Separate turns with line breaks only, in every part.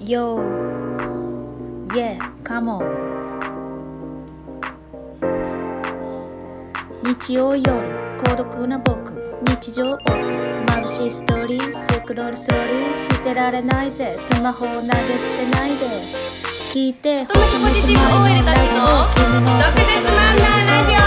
Yo, yeah, come on. 日曜夜、孤独な僕、日常落ち、眩しいストーリー、スクロールスローリー、してられないぜ、スマホを投げ捨てないで。聞いて、
となくポジティブ OL たちの毒舌漫談
ラジオ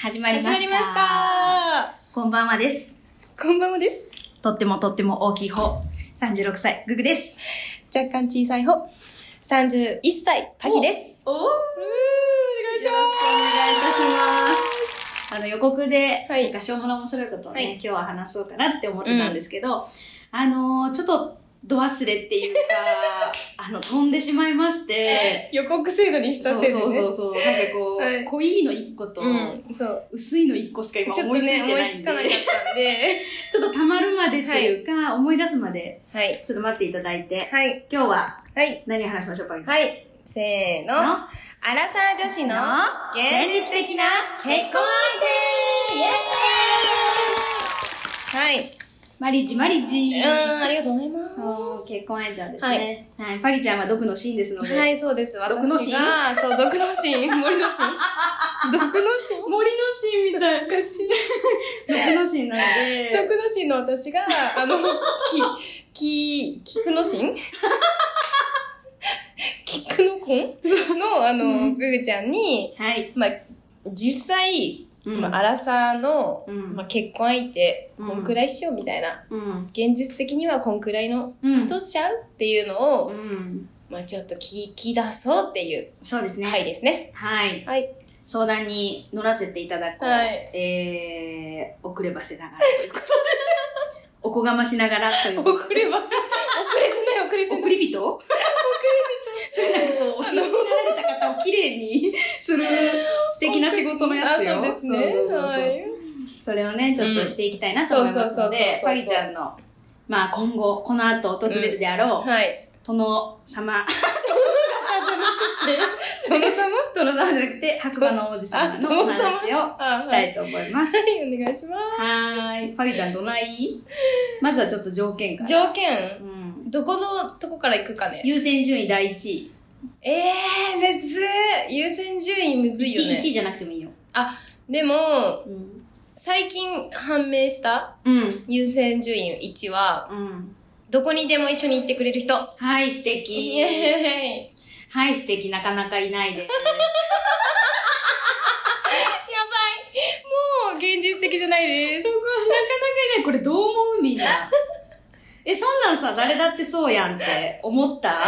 始まりました。
始まりました
こんばんはです。
こんばんはです。
とってもとっても大きい方。36歳、ググです。
若干小さい方。31歳、パキです。
おおよ
うーお願いし
ろしくお願いいたします。あの予告で、
はい
なんかしょうもない面白いことをね、
はい
今日は話そうかなって思ってたんですけど、あのーちょっと、ど忘れっ ていうか、あの、飛んでしまいまして、
予告制度にした
そ
せいうでね。
そうそうそう、なんかこう、
はい
濃いの1個と、
うん、そう。
薄いの1個しか今
ちょっ
思
と
いつ
ね、
いて
思
ないい
つ
ん
かなかっ
で、
たんで。
ちょっと溜まるまでっていうか、思い出すまで、
はい。
ちょっと待っていただいて、
はい。
今日は
はい。
何を話しましょうか、い、
はい。せーの。
の
アラサー女子の現
現実的な
結婚相手イエーイはい。
マリッジマリッジ
うん、ありがとうございます。
そう結婚相手はですね、はいパリちゃんは毒のシーンですの で、
はい、そうです。私が、
毒のシー
そう、毒の シーン、森のシーン。毒のシーン
森のシーンみたい
懐かしい。
毒のシーンなので
毒のシーンの私が、あの、き、き、菊の シーン菊の子の、あ
う
の、
ん
ググちゃんに、
はい、
まあ、実際、
うん
まあ、アラサーの、
うん
まあ、結婚相手、
うん
こんくらいしようみたいな、
うん
現実的にはこんくらいの
うん
人ちゃうっていうのを、
うん
まあ、ちょっと聞き出そうっていう
そうですね、は
回
い
ですね。 はい。
相談に乗らせていただこう、
はい
えー、遅ればせながらというこ とでおこがましながらという
遅
ことで
れます。遅れてない、遅 れてない。
送り人送り人それなんかこう、お仕事になられた方を綺麗にする 素敵な仕事のやつよ。
あそうですね。
そうそうそうそう
はい
それをね、ちょっとしていきたいなと思いますの
うんそうそうそうそう
で
そう、
パリちゃんの、まあ今後、この後訪れるであろう、
はい。
殿様、
あ、じゃなくて、殿様
殿様じゃなくて、白馬の王子様
あ
の
殿様
お話をしたいと思います。
はい、お願いしま
はーい。パリちゃんどないまずはちょっと条件から。
条件
う、ん
どこぞ、どこから行くかね。
優先順位第1位。
えー、むずい。優先順位むずいよ
1位
ね。
じゃなくてもいいよ。
でも、
うん。
最近判明した
うん。
優先順位1は、
うん。
どこにでも一緒に行ってくれる人。
はい、素
イ
敵。
エーイ。
はい、素敵。なかなかいないです。
やばい。もう、現実的じゃないです。
いない。これどう思うみんな。 え、そんなんさ、誰だってそうやんって思った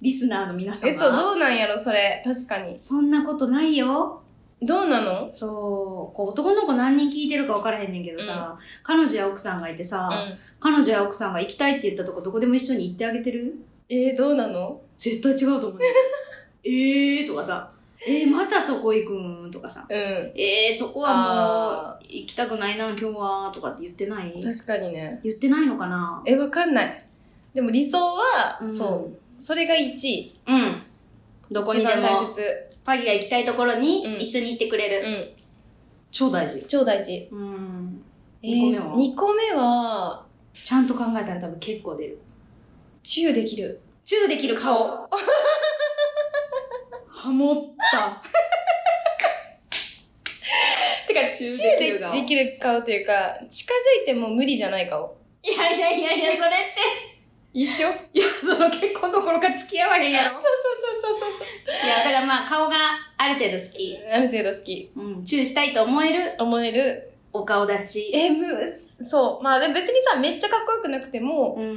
リスナーの皆様。
え、そう、どうなんやろ、それ。確かに。
そんなことないよ。
どうなの
そう、こう男の子何人聞いてるか分からへんねんけどさ、彼女や奥さんがいて
う
さ、
ん。
彼女や奥さんが行きたいって言ったとこどこでも一緒に行ってあげてる
えー、どうなの
絶対違うと 思うね。えーとかさ、えー、またそこ行くんとかさ。
うん。
えー、そこはも
あ
う、行きたくないな、今日は、とかって言ってない
確かにね。
言ってないのかな
え、わかんない。でも理想は、
ん
そう。それが1位。
う。うん。どこにで
一番
も
大、切。
パリが行きたいところ
うん
に一緒に行ってくれる。
う
超大事
ん。。超大事。
うん。
え
二個目は
?2 個目は、
ちゃんと考えたら多分結構出る。
チューできる。
チューできる 顔。ハモった。
てか、
チ
チュ
ュー
ー
できる
でできる
顔
顔というか、近づいても無理じゃない顔。
いやいやいやいや、それ っ
一緒そう
て。いや、その結婚どころか付き合わへんやろ。
そうそうそうそう。
いや、だからまあ顔がある程度好き。
ある程度好き。
うん。チューしたいと思える
思える。
お顔立ち。
え、むそう。まあ、でも別にさ、めっちゃかっこよくなくても、
うん。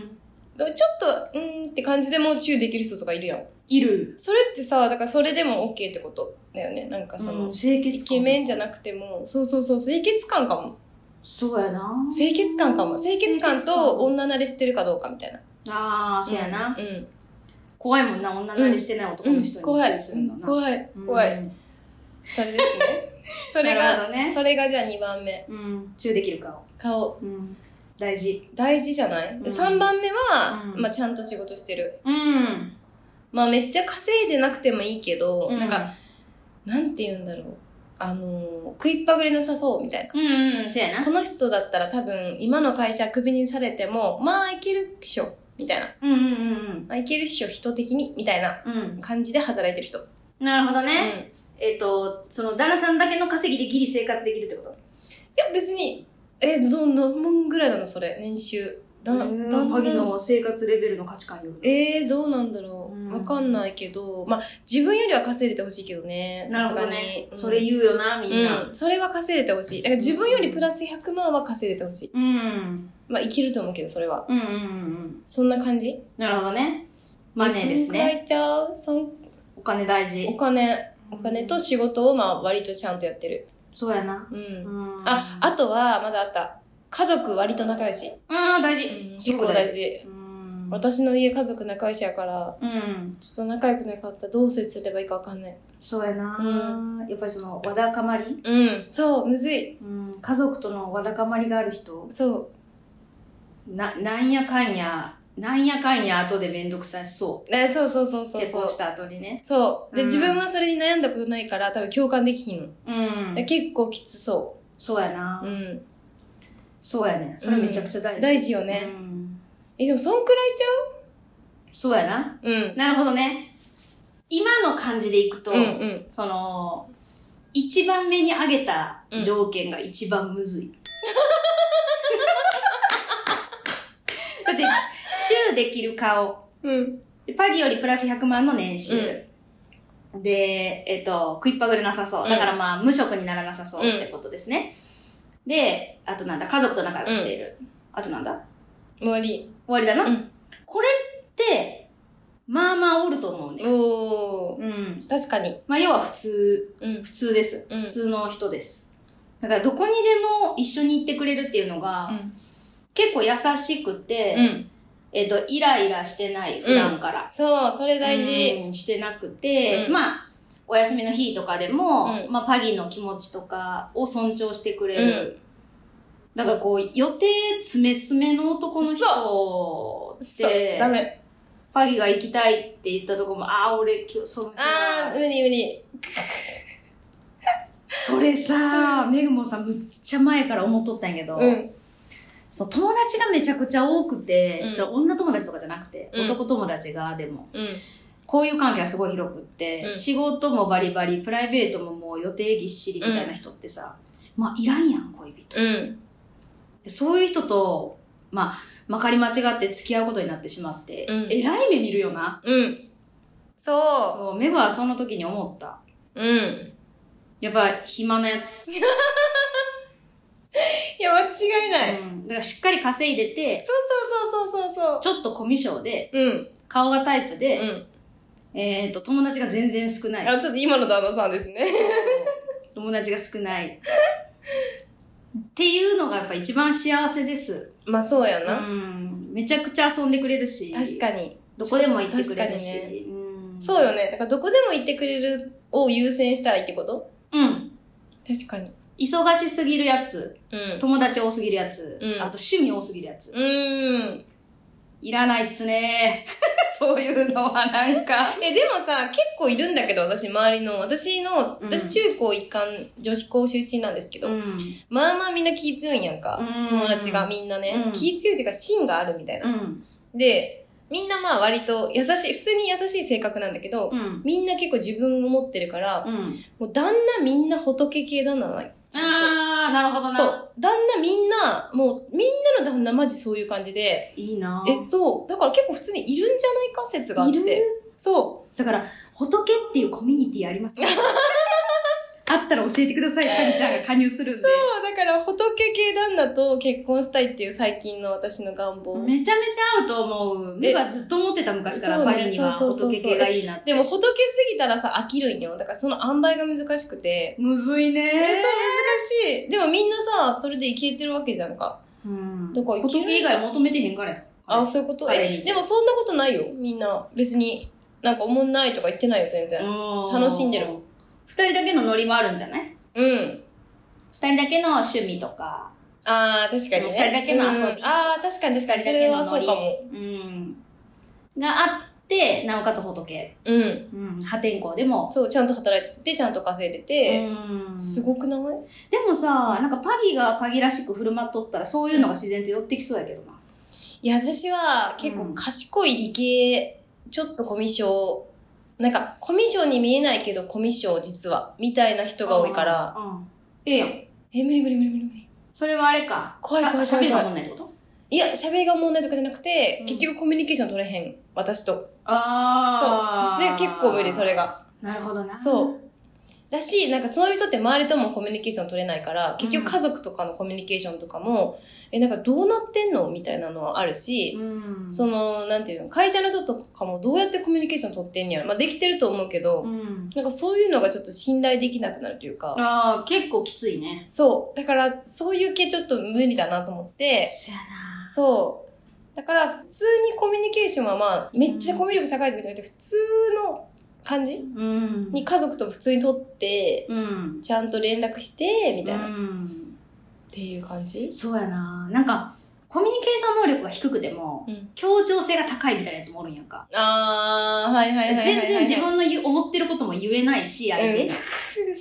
でもちょっと、うーんって感じでもうチューできる人とかいるやん。
いる。
それってさ、だからそれでも OK ってことだよね。なんかその、
清潔感。
イケメンじゃなくても、そうそうそう、清潔感かも。
そうやな。
清潔感かも。清潔感
清潔
と女慣れしてるかどうかみたいな。
ああ、そうやな。
うん。うん
怖いもんな、女慣れしてない男の人に
怖
注
い
意するの。な。
怖い。怖
う
い。
ん。
それですね。 それ
なるほ
が
ど、ね
それがじゃあ2番目。
うん。チューできる顔。
顔。
うん。大事。
大事じゃない、
ん
で三 ?3 番目は、
うん
まあちゃんと仕事してる。
うん。
まあめっちゃ稼いでなくてもいいけど、
うん
なんか、なんて言うんだろう。あの、食いっぱぐれなさそうみたいな。
うんうん、そうやな
こ。の人だったら多分、今の会社クビにされても、まあいけるっしょ、みたいな。
うんうんうん
まあいけるっしょ、人的に、みたいな
うん。うん。
感じで働いてる人。
なるほどね。
うんい
えっ、と、その旦那さんだけの稼ぎでギリ生活できるってこと
や、別に、え、どんなもんぐらいなのそれ、年収。だ、だんだん
パギの生活レベルの価値観より。
えー、どうなんだろ
うん
う。わかんないけど、まあ、自分よりは稼いでてほしいけどね。
なるほど
さすが
ね
に。
それ言うよな、みんな。
うん、それは稼いでてほしい。だから自分よりプラス100万は稼いでてほしい。
うん。うん。
まあ、生きると思うけど、それは。
うんうんうん。
そんな感じ
なるほどね。マネーです
そんくら
ね。
いちゃうそん
お金大事
お。金。お金と仕事を、まあ、割とちゃんとやってる。
そうやな。
う。
うんん
あ、あとは、まだあった。家族割と仲良し。
うん、大事。
結構大。事。
うん。
私の家家族仲良しやから、
うん。
ちょっと仲良くなかったらどう接すればいいかわかんない。
そうやな、
う
やっぱりその、わだかまり、
うん。そう、むずい。
うん、家族とのわだかまりがある人
そう。
な、なんやかんや、なんやかんや後でめんどくさそ
えそうそうそう
う。
そう
結
そ
婚
う
し。た後にね。
そう。で、
うん
自分はそれに悩んだことないから、多分共感できひんの。
うん
で結構きつそ
そうやな、
う。うん。
そうやね。それめちゃくちゃ大事。
大事よね
うん
え、でもそんくらいちゃう
そうやな。
うん。
なるほどね。今の感じでいくと、
うんうん。
その、一番目に挙げた条件が一番むずい。 だって、チューできる顔。
うん。
でパリよりプラス100万の年収。で、えっ、と、食いっぱぐれなさそう。だからまあ、無職にならなさそうってことですね。で、あとなんだ、家族と仲良くしている。あとなんだ
終わり。
終わりだな。
うん
これって、まあまあおると思うね。
おー。
うん。
確かに。
まあ要は普通、
うん。
普通です。
うん
普通の人です。だからどこにでも一緒に行ってくれるっていうのが、結構優しくて、
うん。
えっ、と、イライラしてない、普段から。
そう、それ大事。
うんしてなくて、
うん
まあ、お休みの日とかでも、
うん
まあ、パギの気持ちとかを尊重してくれる。だからこう、予定詰め詰めの男の人っ
そう
て、、
ダメ。
パギが行きたいって言ったとこも、ああ、俺今日、その日
あー、
は
無理無理。
それさ、メグモさんむっちゃ前から思っとったんやけど、
うん。
そう、友達がめちゃくちゃ多くて、
うん
そう女友達とかじゃなくて、
うん
男友達が、でも、
うん。
交友関係はすごい広くって、
うん
仕事もバリバリ、プライベートももう予定ぎっしりみたいな人ってさ、まあ、いらんやん、恋人。
うん。
そういう人と、まあ、まかり間違って付き合うことになってしまって、
うん
えらい目見るよな。
うん。そ
そう、メグはその時に思った。
う。うん。
やっぱ、暇なやつ。
いや、間違いない。
うん。だから、しっかり稼いでて、
そうそうそうそうそうそ
ちょっとコミュ障で、
う。うん。
顔がタイプで、
うん。
えっ、と、友達が全然少ない。
あ、ちょっと今の旦那さんですね。
友達が少ない。っていうのがやっぱ一番幸せです。
まあ、そうや
う
な。
ん。めちゃくちゃ遊んでくれるし。
確かに。
どこでも行ってくれる
確かに
し。うん
そうよ。ね。だから、どこでも行ってくれるを優先したらいいってこと
うん。
確かに。
忙しすぎるやつ。
うん。
友達多すぎるやつ。
うん
あと趣味多すぎるやつ。
うーん。
いらないっすね。 そういうのはなんか。
え、でもさ、結構いるんだけど、私、周りの。私の、
うん
私、中高一貫、女子校出身なんですけど、
ん。
まあまあみんな気強いんやんか。
うん
友達がみんなね、
うん
気強いっていうか、芯があるみたいな。
うん。
で、みんなまあ割と優しい、普通に優しい性格なんだけど、
うん。
みんな結構自分を持ってるから、
うん。
もう旦那みんな仏系だなのよ。
あー、なるほどな。
そう。旦那みんな、もうみんなの旦那マジそういう感じで、
いいな
え、そう。だから結構普通にいるんじゃないか説があって。
いる
そ
だから、仏っていうコミュニティありま すよ。あったら教えてください、かりちゃんが加入するんで。
う。だから仏系旦那と結婚したいっていう最近の私の願望。
めちゃめちゃ合うと思う。
え
僕はずっと思ってた昔か
そ
ら、
うね
パリには
そうそうそうそう
仏系がいいなって。
でも、仏すぎたらさ、飽きるんよ。だからその塩梅が難しくて。
むずいね
難しい。でもみんなさ、それでいけてるわけじゃんか。
うん。
だからいけるん
仏以
じゃん
外求めてへんからや。
あ、そういうこと
あれいい
え、
ね
でもそんなことないよ。みんな。別に、なんかおもんないとか言ってないよ、全然。
う
楽しんでる。
二人だけのノリもあるんじゃない
うん。
二人だけの趣味とか。
あー、確かにね。
二人だけの遊び
うんあー、確かに確かに。
二人だ
そ
け
れ
の
は
ノ
そう
リ
かも。
うん。があっって、なおかつ仏。
うん。
うん、破天荒でも。
そう、ちゃんと働いて、ちゃんと稼いでて、
うん
すごくない
でもさ、なんかパギがパギらしく振る舞っとったら、そういうのが自然と寄ってきそうやけどな。
いや、私は結構賢い理系、ちょっとコミショなんかコミショに見えないけどコミショ実は、みたいな人が多いから、
うん。うん。ええやん。
え、無理無理無理無理無理。
それはあれか。
怖い怖い
しゃ
怖い
喋る
怖い
のもんないってこと
いや、喋りが問題とかじゃなくて、
うん
結局コミュニケーション取れへん、私と。
あ
そう。結構無理、それ。が。
なるほどな。
そう。だし、なんかそういう人って周りともコミュニケーション取れないから、結
うん
局家族とかのコミュニケーションとかも、え、なんかどうなってんのみたいなのはあるし、
うん。
その、なんていうの、会社の人とかもどうやってコミュニケーション取ってんやろ。まあできてると思うけど、
うん。
なんかそういうのがちょっと信頼できなくなるというか、
ああ、結構きついね。
そう。だから、そういう系ちょっと無理だなと思って、
そやな。
そう。だから、普通にコミュニケーションはまあ、めっちゃコミュ力高いとかじゃなくて、普通の感じ
うん。
に家族と普通にとって、
うん。
ちゃんと連絡して、みたいな、
う
っ
ん。
ていう感じ
そうやな。なんか、コミュニケーション能力が低くても、
うん
協調性が高いみたいなやつもおるんやんか。
あー、はいはいはいはいはい。
全然自分の言う思ってることも言えないし、相手、
うん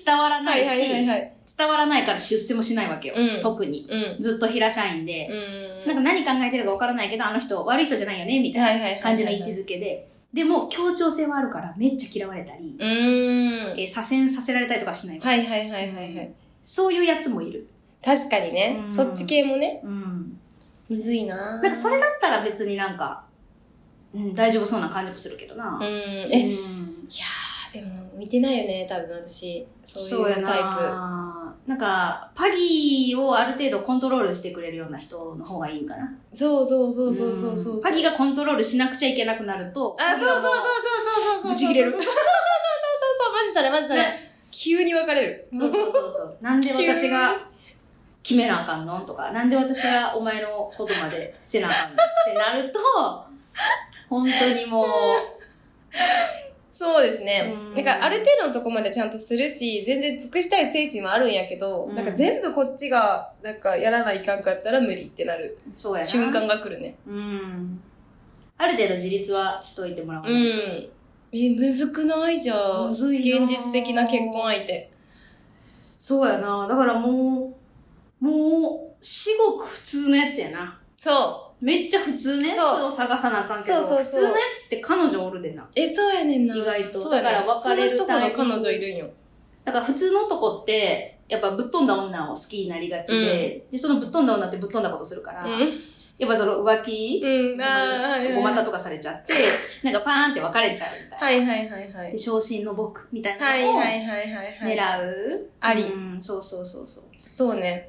伝わら
は
ないい
はいはい
し、
はい。
伝わらないから出世もしないわけよ。
うん
特に。
うん。
ずっと平社員で、
うん。
なんか何考えてるかわからないけど、あの人悪い人じゃないよね、みたい
はいはいはいは
ない感じの位置づけで。でも、協調性はあるから、めっちゃ嫌われたり、
うーん。
えー左遷させられたりとかしないわけ。
はいはいはいはいはい。
そういうやつもいる。
確かにね
う、ん
そっち系もね、
うん。
むずいな
なんかそれだったら別になんか、うん、大丈夫そうな感じもするけどな。
うん。
うん
え、いやー、でも、見てないよね、多分私。そういうタイ
な。なんか、パギーをある程度コントロールしてくれるような人の方がいいんかな。
プ。そうそうそうそうそうそう。
んパギーがコントロールしなくちゃいけなくなると、
あ、そうそうそうそうそうそうそう。
ブチ切れる
そうそうそうそう。マジそれ、マジそれ。急に分かれる。
そうそうそうそう。なんで私が決めなあかんのとか、なんで私がお前のことまでせなあかんのって なると、本当にもう、
そうですね
うん。
なんか、ある程度のとこまでちゃんとするし、全然尽くしたい精神はあるんやけど、
うん
なんか全部こっちが、なんか、やらないかんかったら無理ってなる
そうやな。
瞬間。が来るね。
うん。ある程度自立はしといてもらわ
う
ない
ん
と。。
え、むずくないじゃん。
むずいな
現実的な結婚相手。
そうやな。だからもう、もう、至極普通のやつやな。
そう。
めっちゃ普通のやつを探さなあかんけど、
そうそうそう
普通のやつって彼女おるでな。
え、そうやねんな。
意外と
そうやねん
だから別れる
普通の人ほど彼女いるんよ。
だから普通の男って、やっぱぶっ飛んだ女を好きになりがちで、で、そのぶっ飛んだ女ってぶっ飛んだことするから、
う
やっぱその浮気、
ん。うん。あー
ごまた
は
とかされちゃって、なんかパーンって別れちゃうみたいな。
いはいはいはい
で、。昇進の僕みたい
はい
なのを
はいはいはいはい。
狙う。
あり
うん、そうそうそうそう。
そうね。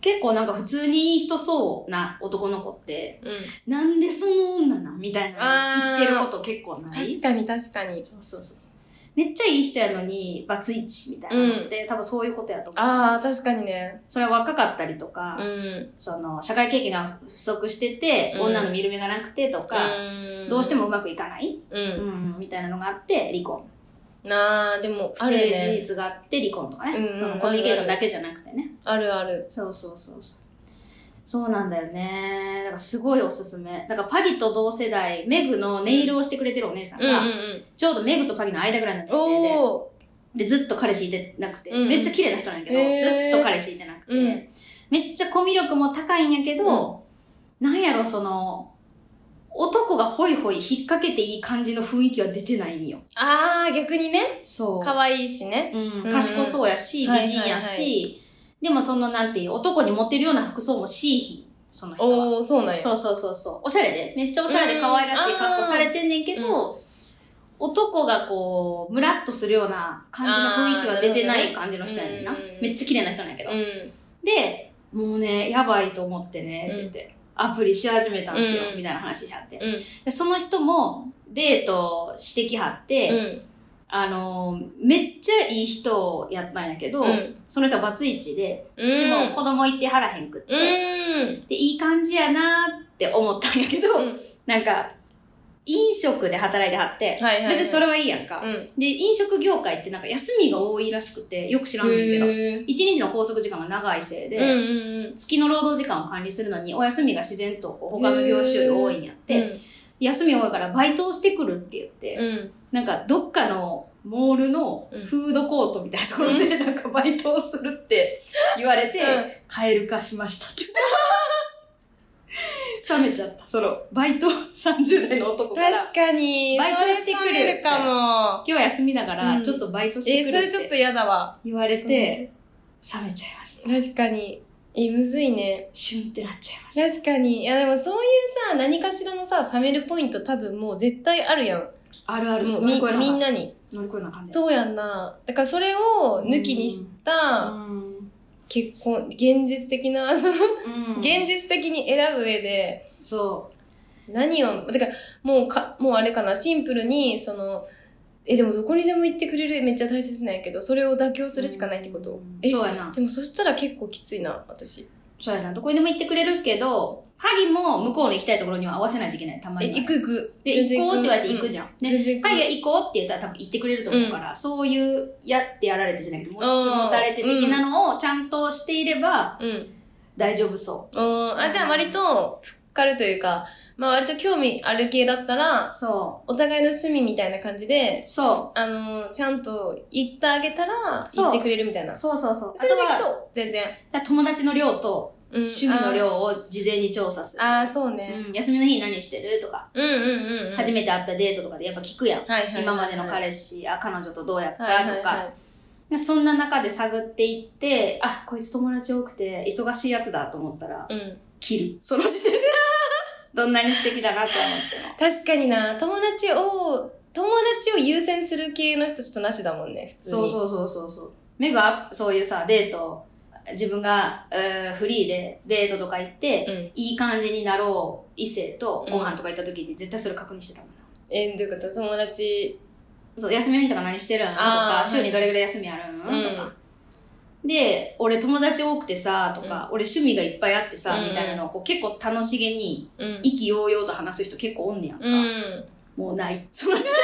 結構なんか普通にいい人そうな男の子って、
うん。
なんでその女なんみたいなの
あー
言ってること結構ない。
確かに確かに。
そうそうそう。めっちゃいい人やのに、バツイチみたいなのって、多分そういうことやと思う。
ああ、確かにね。
それは若かったりとか、
うん。
その、社会経験が不足してて、
うん
女の見る目がなくてとか、どうしてもうまくいかない、
うん。う
うん、みたいなのがあって、離婚。
ん。なあ、でも、
不
ある
定事
ね。
実があって離婚とかね。
うんうん
そのコミュニケーションだけじゃなくてね。
あるある。
そうそうそうそう。そうなんだよね。だからすごいおすすめ。だからパギと同世代、メグのネイルをしてくれてるお姉さん
うん
が、
うんうん。
ちょうどメグとパギの間ぐらいの年齢で、
おお。
で、ずっと彼氏いてなくて、
うん
めっちゃ綺麗な人なんやけど、
へー
ずっと彼氏いてなくて、
うん
めっちゃコミュ力も高いんやけど、なんやろ、その、男がホイホイ引っ掛けていい感じの雰囲気は出てないんよ。
ああ、逆にね。
そう。
可愛いしね。
うん
うん
賢そうやし、
はい
美人やし、でもそのなんていう、男にモテるような服装もしいひん、その人は。
おお、そうなんや。
そうそうそうそう。おしゃれで、めっちゃおしゃれ
う
で
ん
可愛らしい
あー
格好されてんねんけど、男がこう、ムラっとするような感じの雰囲気は出てない感じの人やねんな。
あーなるほどねうん
めっちゃ綺麗な人なんやけど。
うん。
で、もうね、やばいと思ってね、って言って、アプリし始めたんですよ、
うん
みたいな話しはって。
うん。
でその人もデートしてきはって、
うん。
あのー、めっちゃいい人やったんやけど、
うん
その人はバツイチで、
うん。
でも子供いてはらへんくって、
うん。
で、いい感じやなーって思ったんやけど、
うん
なんか、飲食で働いてはって、
はいはいはい
別にそれはいいやんか、
うん。
で、飲食業界ってなんか休みが多いらしくて、よく知らんねんけど、
へー
一日の拘束時間が長いせいで、
うんうんうん。
月の労働時間を管理するのにお休みが自然とこう他の業種より多いんやって、
うん
休み多いからバイトをしてくるって言って、
うん。
なんかどっかのモールの
うん
フードコートみたいなところでなんかバイトをするって言われて、
うん
カエル化しましたって言って。冷めちゃった。その、バイト30代の男から。
確かに。
バイトしてくる
それ冷めるかも。
今日休みだから、
うん
ちょっとバイトし
え
てく
そ
る
れ
っ
ちょっと
て
嫌だわ。
言われて、冷めちゃいました。
確かに。え、むずいね。
シュンってなっちゃいました。
確かに。いや、でもそういうさ、何かしらのさ、冷めるポイント多分もう絶対あるやん。
あるある、
もう
乗り
み
越えな
みん
な。
なに。
乗り越えな感じ。
そうやんな。だからそれを抜きにした、
うん。
結婚、現実的な、 その
うん
現実的に選ぶ上で、
そ
何を、だからもうか、もうあれかな、シンプルに、その、え、でもどこにでも行ってくれるめっちゃ大切なんやけど、それを妥協
う。
するしかないってこと、
うん
え、
そうやな。
でもそしたら結構きついな、私。
そうやな。どこにでも行ってくれるけど、パリも向こうの行きたいところには合わせないといけない。たま
え、
には。
行く行く。
で、
全
行
然
こうって言われて行くじゃん。
うん
で、
全然行
パ
く。
リ行こうって言ったら多分行ってくれると思うから、そういうやってやられてじゃないけど、持ちつ
うん
持たれて的なのをちゃんとしていれば
うん。
大丈夫そう。
うん、あ、じゃあ割と、ふっかるというか、まあ割と興味ある系だったら、
そ
お互いの趣味みたいな感じで
う。、そ
あのーちゃんと行ってあげたら、
そう
行ってくれるみたいな。
う。
そ
そうそうそう。
れでき
あとは
そう、全然。
だから友達の量と
うん、
趣味の量を事前に調査する。
あーあー、そうね。
うん、休みの日何してるとか、
うんうんうんうん。
初
め
めて会ったデートとかでやっぱ聞くやん。
はいはいはいはい
今までの彼氏、あ、彼女とどうやったと
はいはい
か
は、い
でそんな中で探っていって、あ、こいつ友達多くて忙しいやつだと思ったら、
うん。
切る。その時点で。 どんなに素敵だなと思っても。
確かにな、友達を、友達を優先する系の人ちょっとなしだもんね、普通に。
そう
う。
そうそうそうそう。目が、そういうさ、デート、自分が、えーフリーでデートとか行って、
うん。
いい感じになろう異性とご飯とか行った時に絶対それ確認してたもんな。
えー、どういうこと友達、
そう、休みの日とか何してるのと
あ
か、
ー
週にどれぐらい休みあるの、
うん
とか。で、俺友達多くてさ、とか、俺趣味がいっぱいあってさ、
うん
みたいなのをこう結構楽しげに
うん。
意気揚々と話す人結構おんねやんか。
うん。
もうない。 その時
でも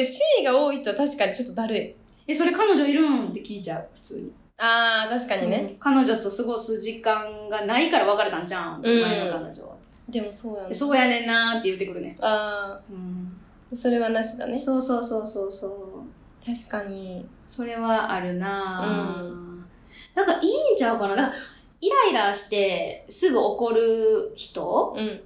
趣味が多い人は確かにちょっとだるい。
え、それ彼女いるんって聞いちゃう、普通に。
ああ、確かにね。
うん彼女と過ごす時間がないから別れたんじゃ
う
ん、
ん
前の彼女は。
でもそうやん
で。そうやねんなーって言ってくるね。
あ
うん、
あ、それはなしだね。
そうそうそうそうそう。
確かに。
それはあるなぁ、
う
なんかいいんちゃうかなだからイライラしてすぐ怒る人
うん。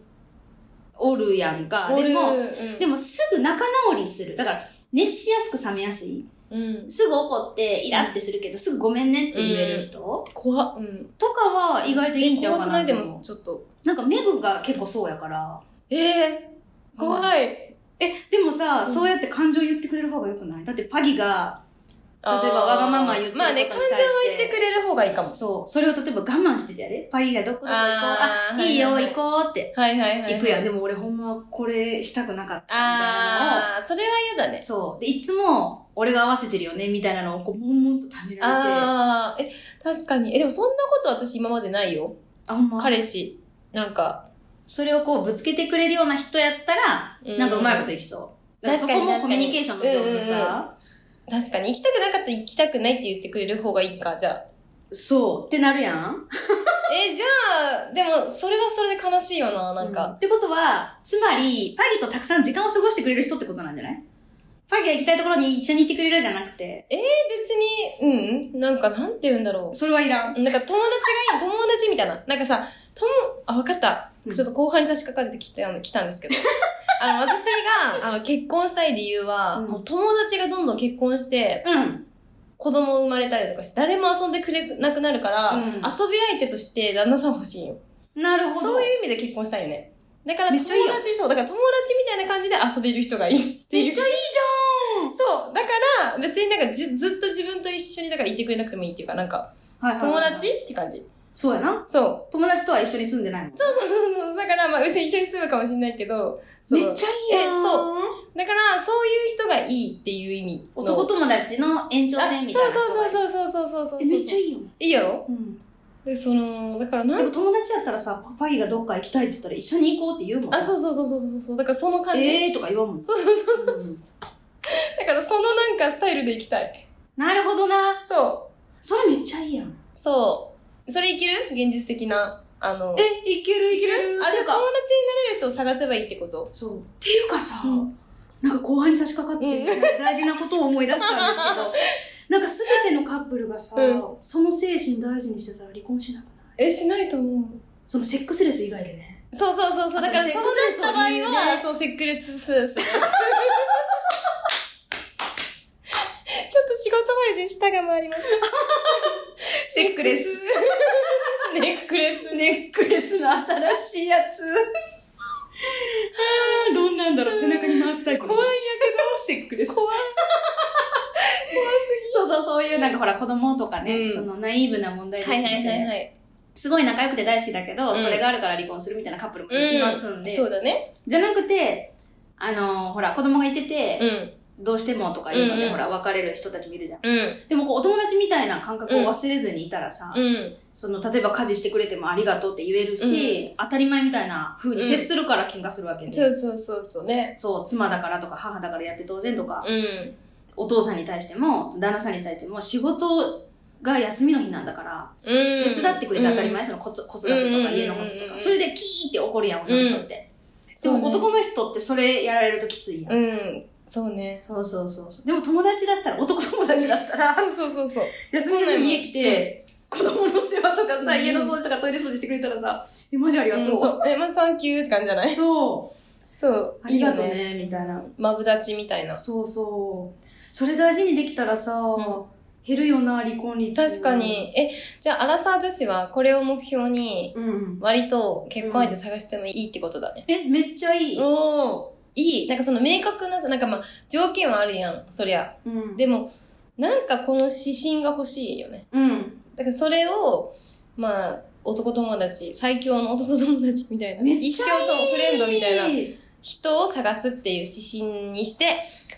おるやんか。
ボー
で
ル
も、
うん、
でもすぐ仲直りする。だから、熱しやすく冷めやすい。
うん。
すぐ怒ってイラってするけど、すぐごめんねって言える人、
怖っ。うん。
とかは意外といいんちゃう
怖
か
く
な
ない
と
で
思う
も、ちょっと。
なんかメグが結構そうやから。
ええー、怖い。例え
え、でもさ、
うん
そうやって感情言ってくれる方がよくないだってパギが、例えばわがまま言ってる
まあね、
こ
感
と
情は
に対して
言ってくれる方がいいかも。
そう、それを例えば我慢しててやで。パギがどこどこ行こう、
あ
あ
ー
いいよ、
はいはい
行こうって。
はいはいはい。
行くやん。でも俺ほんまこれしたくなかったみたいなのを。
ああ、それは嫌だね。
そう。で、いつも俺が合わせてるよね、みたいなのをこう、もんもんとためられて。
ああ、え、確かに。え、でもそんなこと私今までないよ。
あ、ほんま。
彼氏。なんか。
それをこう、ぶつけてくれるような人やったら、
うん
なんかうまいこといきそう。だから
確かに
そこもコミュニケーションの上手
確かに
さ。
確かに。行きたくなかったら行きたくないって言ってくれる方がいいか、じゃあ。
そう。ってなるやん。
え、じゃあ、でも、それはそれで悲しいよな、なん
うん
か。
ってことは、つまり、パギとたくさん時間を過ごしてくれる人ってことなんじゃないパギが行きたいところに一緒に行ってくれるじゃなくて、
え、別に、うんなんか、なんて言うんだろ
それはいらん。
う。なんか、友達がいい、友達みたいな。なんかさ、とも、あ、わかった
う。ん
ちょっと後半に差し掛かってきたん来たんですけ ど。あの、私が、あの、結婚したい理由は、
うん
もう友達がどんどん結婚して、
うん。
子供生まれたりとかして、誰も遊んでくれなくなるから、
うん
遊び相手として旦那さん欲しいんよ。
なるほど。
そういう意味で結婚したいよね。だから
め
友
っち
達
ゃいいやん、
そう、だから友達みたいな感じで遊べる人がいいっていう
めっちゃいい
そう。だから、別になんかじずっと自分と一緒にだからいてくれなくてもいいっていうか、なんか、
じゃん。はいはい
友
はい
達って感じ。
そうやな。
そう。
友達とは一緒に住んでないもん。そう
だから、まあ、別に一緒に住むかもしれないけど、そう。
めっちゃいいやん。
えそう。だから、そういう人がいいっていう意味の。
男友達の延長
あ
線みたいな人がいる。
そうそうそうそうそうそうそう。
え、めっちゃ
い
いいよ。
い。いいやろ
うん。
で、その、だから
で
なん
も友達やったらさ、パギがどっか行きたいって言ったら一緒に行こうって言うもん。
あ、そうそうそうそうそうそう。だからその感じ。
えーとか言わんもん。
そうそうそう。
うん
だからそのなんかスタイルでいきたい。
なるほどな。
そう。
それめっちゃいいやん。
そう。それいける現実的な。あの、
え、いけるいける。
あ、じゃあ友達にな
か
れる人を探せばいいってこと
そう。っていうかさ、
うん
なんか後半に差し掛かって、
う
大事なことを思い出したんですけ ど、なんかすべてのカップルがさ、
う
その精神大事にしてたら離婚しなくない
え、しないと思う。
そのセックスレス以外でね。
そうそうそう。そうだから、そ
あそ
うう
セ
な
ックスレス
った
を
場合
理由で
は、そう、セックレス、そうそう。ちょっと仕事終わりで舌が回り ます。
セックレス。
ネックレス。
ネックレスの新しいやつ。 どんなんだろう背中に回すタイプ。怖いやけど、セックレス。怖い。怖すぎ。そうそう、そういうなんかほら子供とかね、
うん
そのナイーブな問題です
は
の
い
で、
はいはいはい。
すごい仲良くて大好きだけど、
ん
それがあるから離婚するみたいなカップルもいますんで、
そうだね。
じゃなくて、あのーほら、子供がいてて、
ん。
どうしてもとか言うので、
うんうん
ほら、別れる人たちもいるじゃん。
うん。
でも、こう、お友達みたいな感覚を忘れずにいたらさ、
うん。
その、例えば家事してくれてもありがとうって言えるし、当たり前みたいな風に接するから喧嘩するわけで、
そうそうそうそうね。
そう、妻だからとか母だからやって当然とか、
うん。
お父さんに対しても、旦那さんに対しても、仕事が休みの日なんだから、
うん。
手伝ってくれて当たり前、その子子育てとか家のこと
うんうん
と
うんう
か、
ん
それでキーって怒るやん、女の人って。で
そうね
も男の人ってそれやられるときついやん。
うん。そうね。
そうそうそうそう。でも友達だったら、男友 達だったら、
そうそうそうそう。
休み
そ
の
うなの
日家来て、子供の世話とかさ、
うん
家の掃除とかトイレ掃除してくれたらさ、え、マジありがと。
うん、そうう。え、まあ、サンキューって感じじゃない
そう。
そう。
ありがとう
いいよ。
ね、みたいな。
マブダチみたいな。
そうそう。それ大事にできたらさ、
ん
減るよな、離婚率。
確か。に。え、じゃあ、アラサー女子はこれを目標に、
うん。
割と結婚相手探してもいいってことだね。
え、めっちゃいい。
おおいい。なんかその明確な、なんかまあ、条件はあるやん、そりゃ。
うん
でも、なんかこの指針が欲しいよね。
うん。
だからそれを、まあ、男友達、最強の男友達みたいな。
めっちゃいい。
一生ともフレンドみたいな。
な。
人を探すっていう指針にして、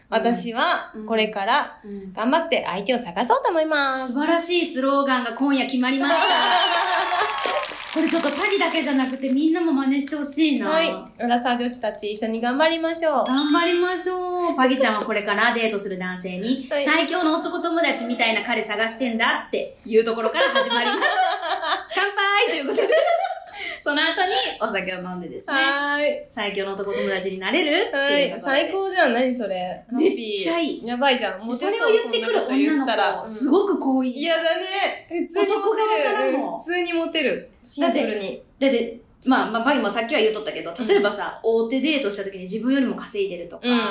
私はこれから頑張って相手を探そうと思います。
素晴らしいスローガンが今夜決まりました。 これちょっとパリだけじゃなくてみんなも真似してほしいな。
はい。アラサー女子たち一緒に頑張りましょう。
頑張りましょう。パギちゃんはこれからデートする男性に、
はい
最強の男友達みたいな彼探してんだっていうところから始まり ます。乾杯ということで、その後にお酒を飲んでですね、
はーい。
最強の男友達になれるって
はい
いうところで。
最高じゃん。何それ。
めっちゃいい
やばいじゃん。モテ
そうれを言ってくる女の子、す
い。
ごく好意。
嫌だね。普通にモテ
男側
る。
からも
うん普通にモテる。シンプルに。
だって、まあ、まあ、バギもさっきは言うとったけど、例えばさ、大手デートした時に自分よりも稼いでるとか、
うん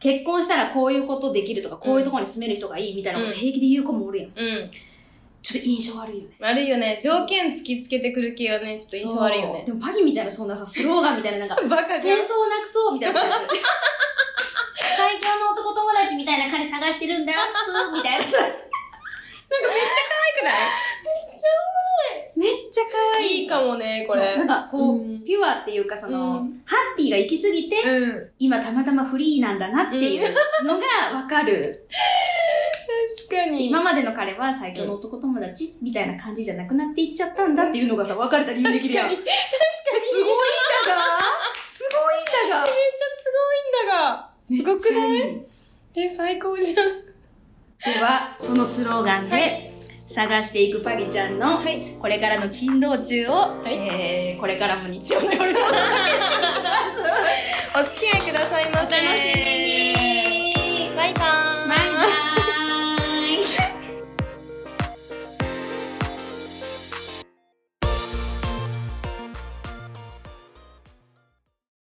結婚したらこういうことできるとか、こういうところに住める人がいいみたいなこと平気で言う子もおるやん。
うん。
ちょっと印象悪いよね。
悪いよね。条件突きつけてくる系はね、ちょっと印象悪いよ
そう
ね。
でもパギみたいなそんなさ、スローガンみたい ななんか、
バカじ
戦
ゃん
争。をなくそうみたいな感じ。 最強の男友達みたいな彼探してるんだ、ふーみた いな。なんかめっちゃ可愛くないめっちゃ可愛い。
いいかもね、これ。
なんかこう、
うん
ピュアっていうかその、
うん
ハッピーが行き過ぎて、
うん。
今たまたまフリーなんだなっていうのがわかる。
確かに。
今までの彼は最強の男友達みたいな感じじゃなくなっていっちゃったんだっていうのがさ、別れた理由できるやん。すごいんだがすごいんだが
めっちゃすごいんだが。すごくないえ、最高じゃん。
では、そのスローガンで探していくパギちゃんの、
い。
これからの珍道中を、
い
えーこれからも日曜の夜の
お付き合いくださいませ。
お楽しみに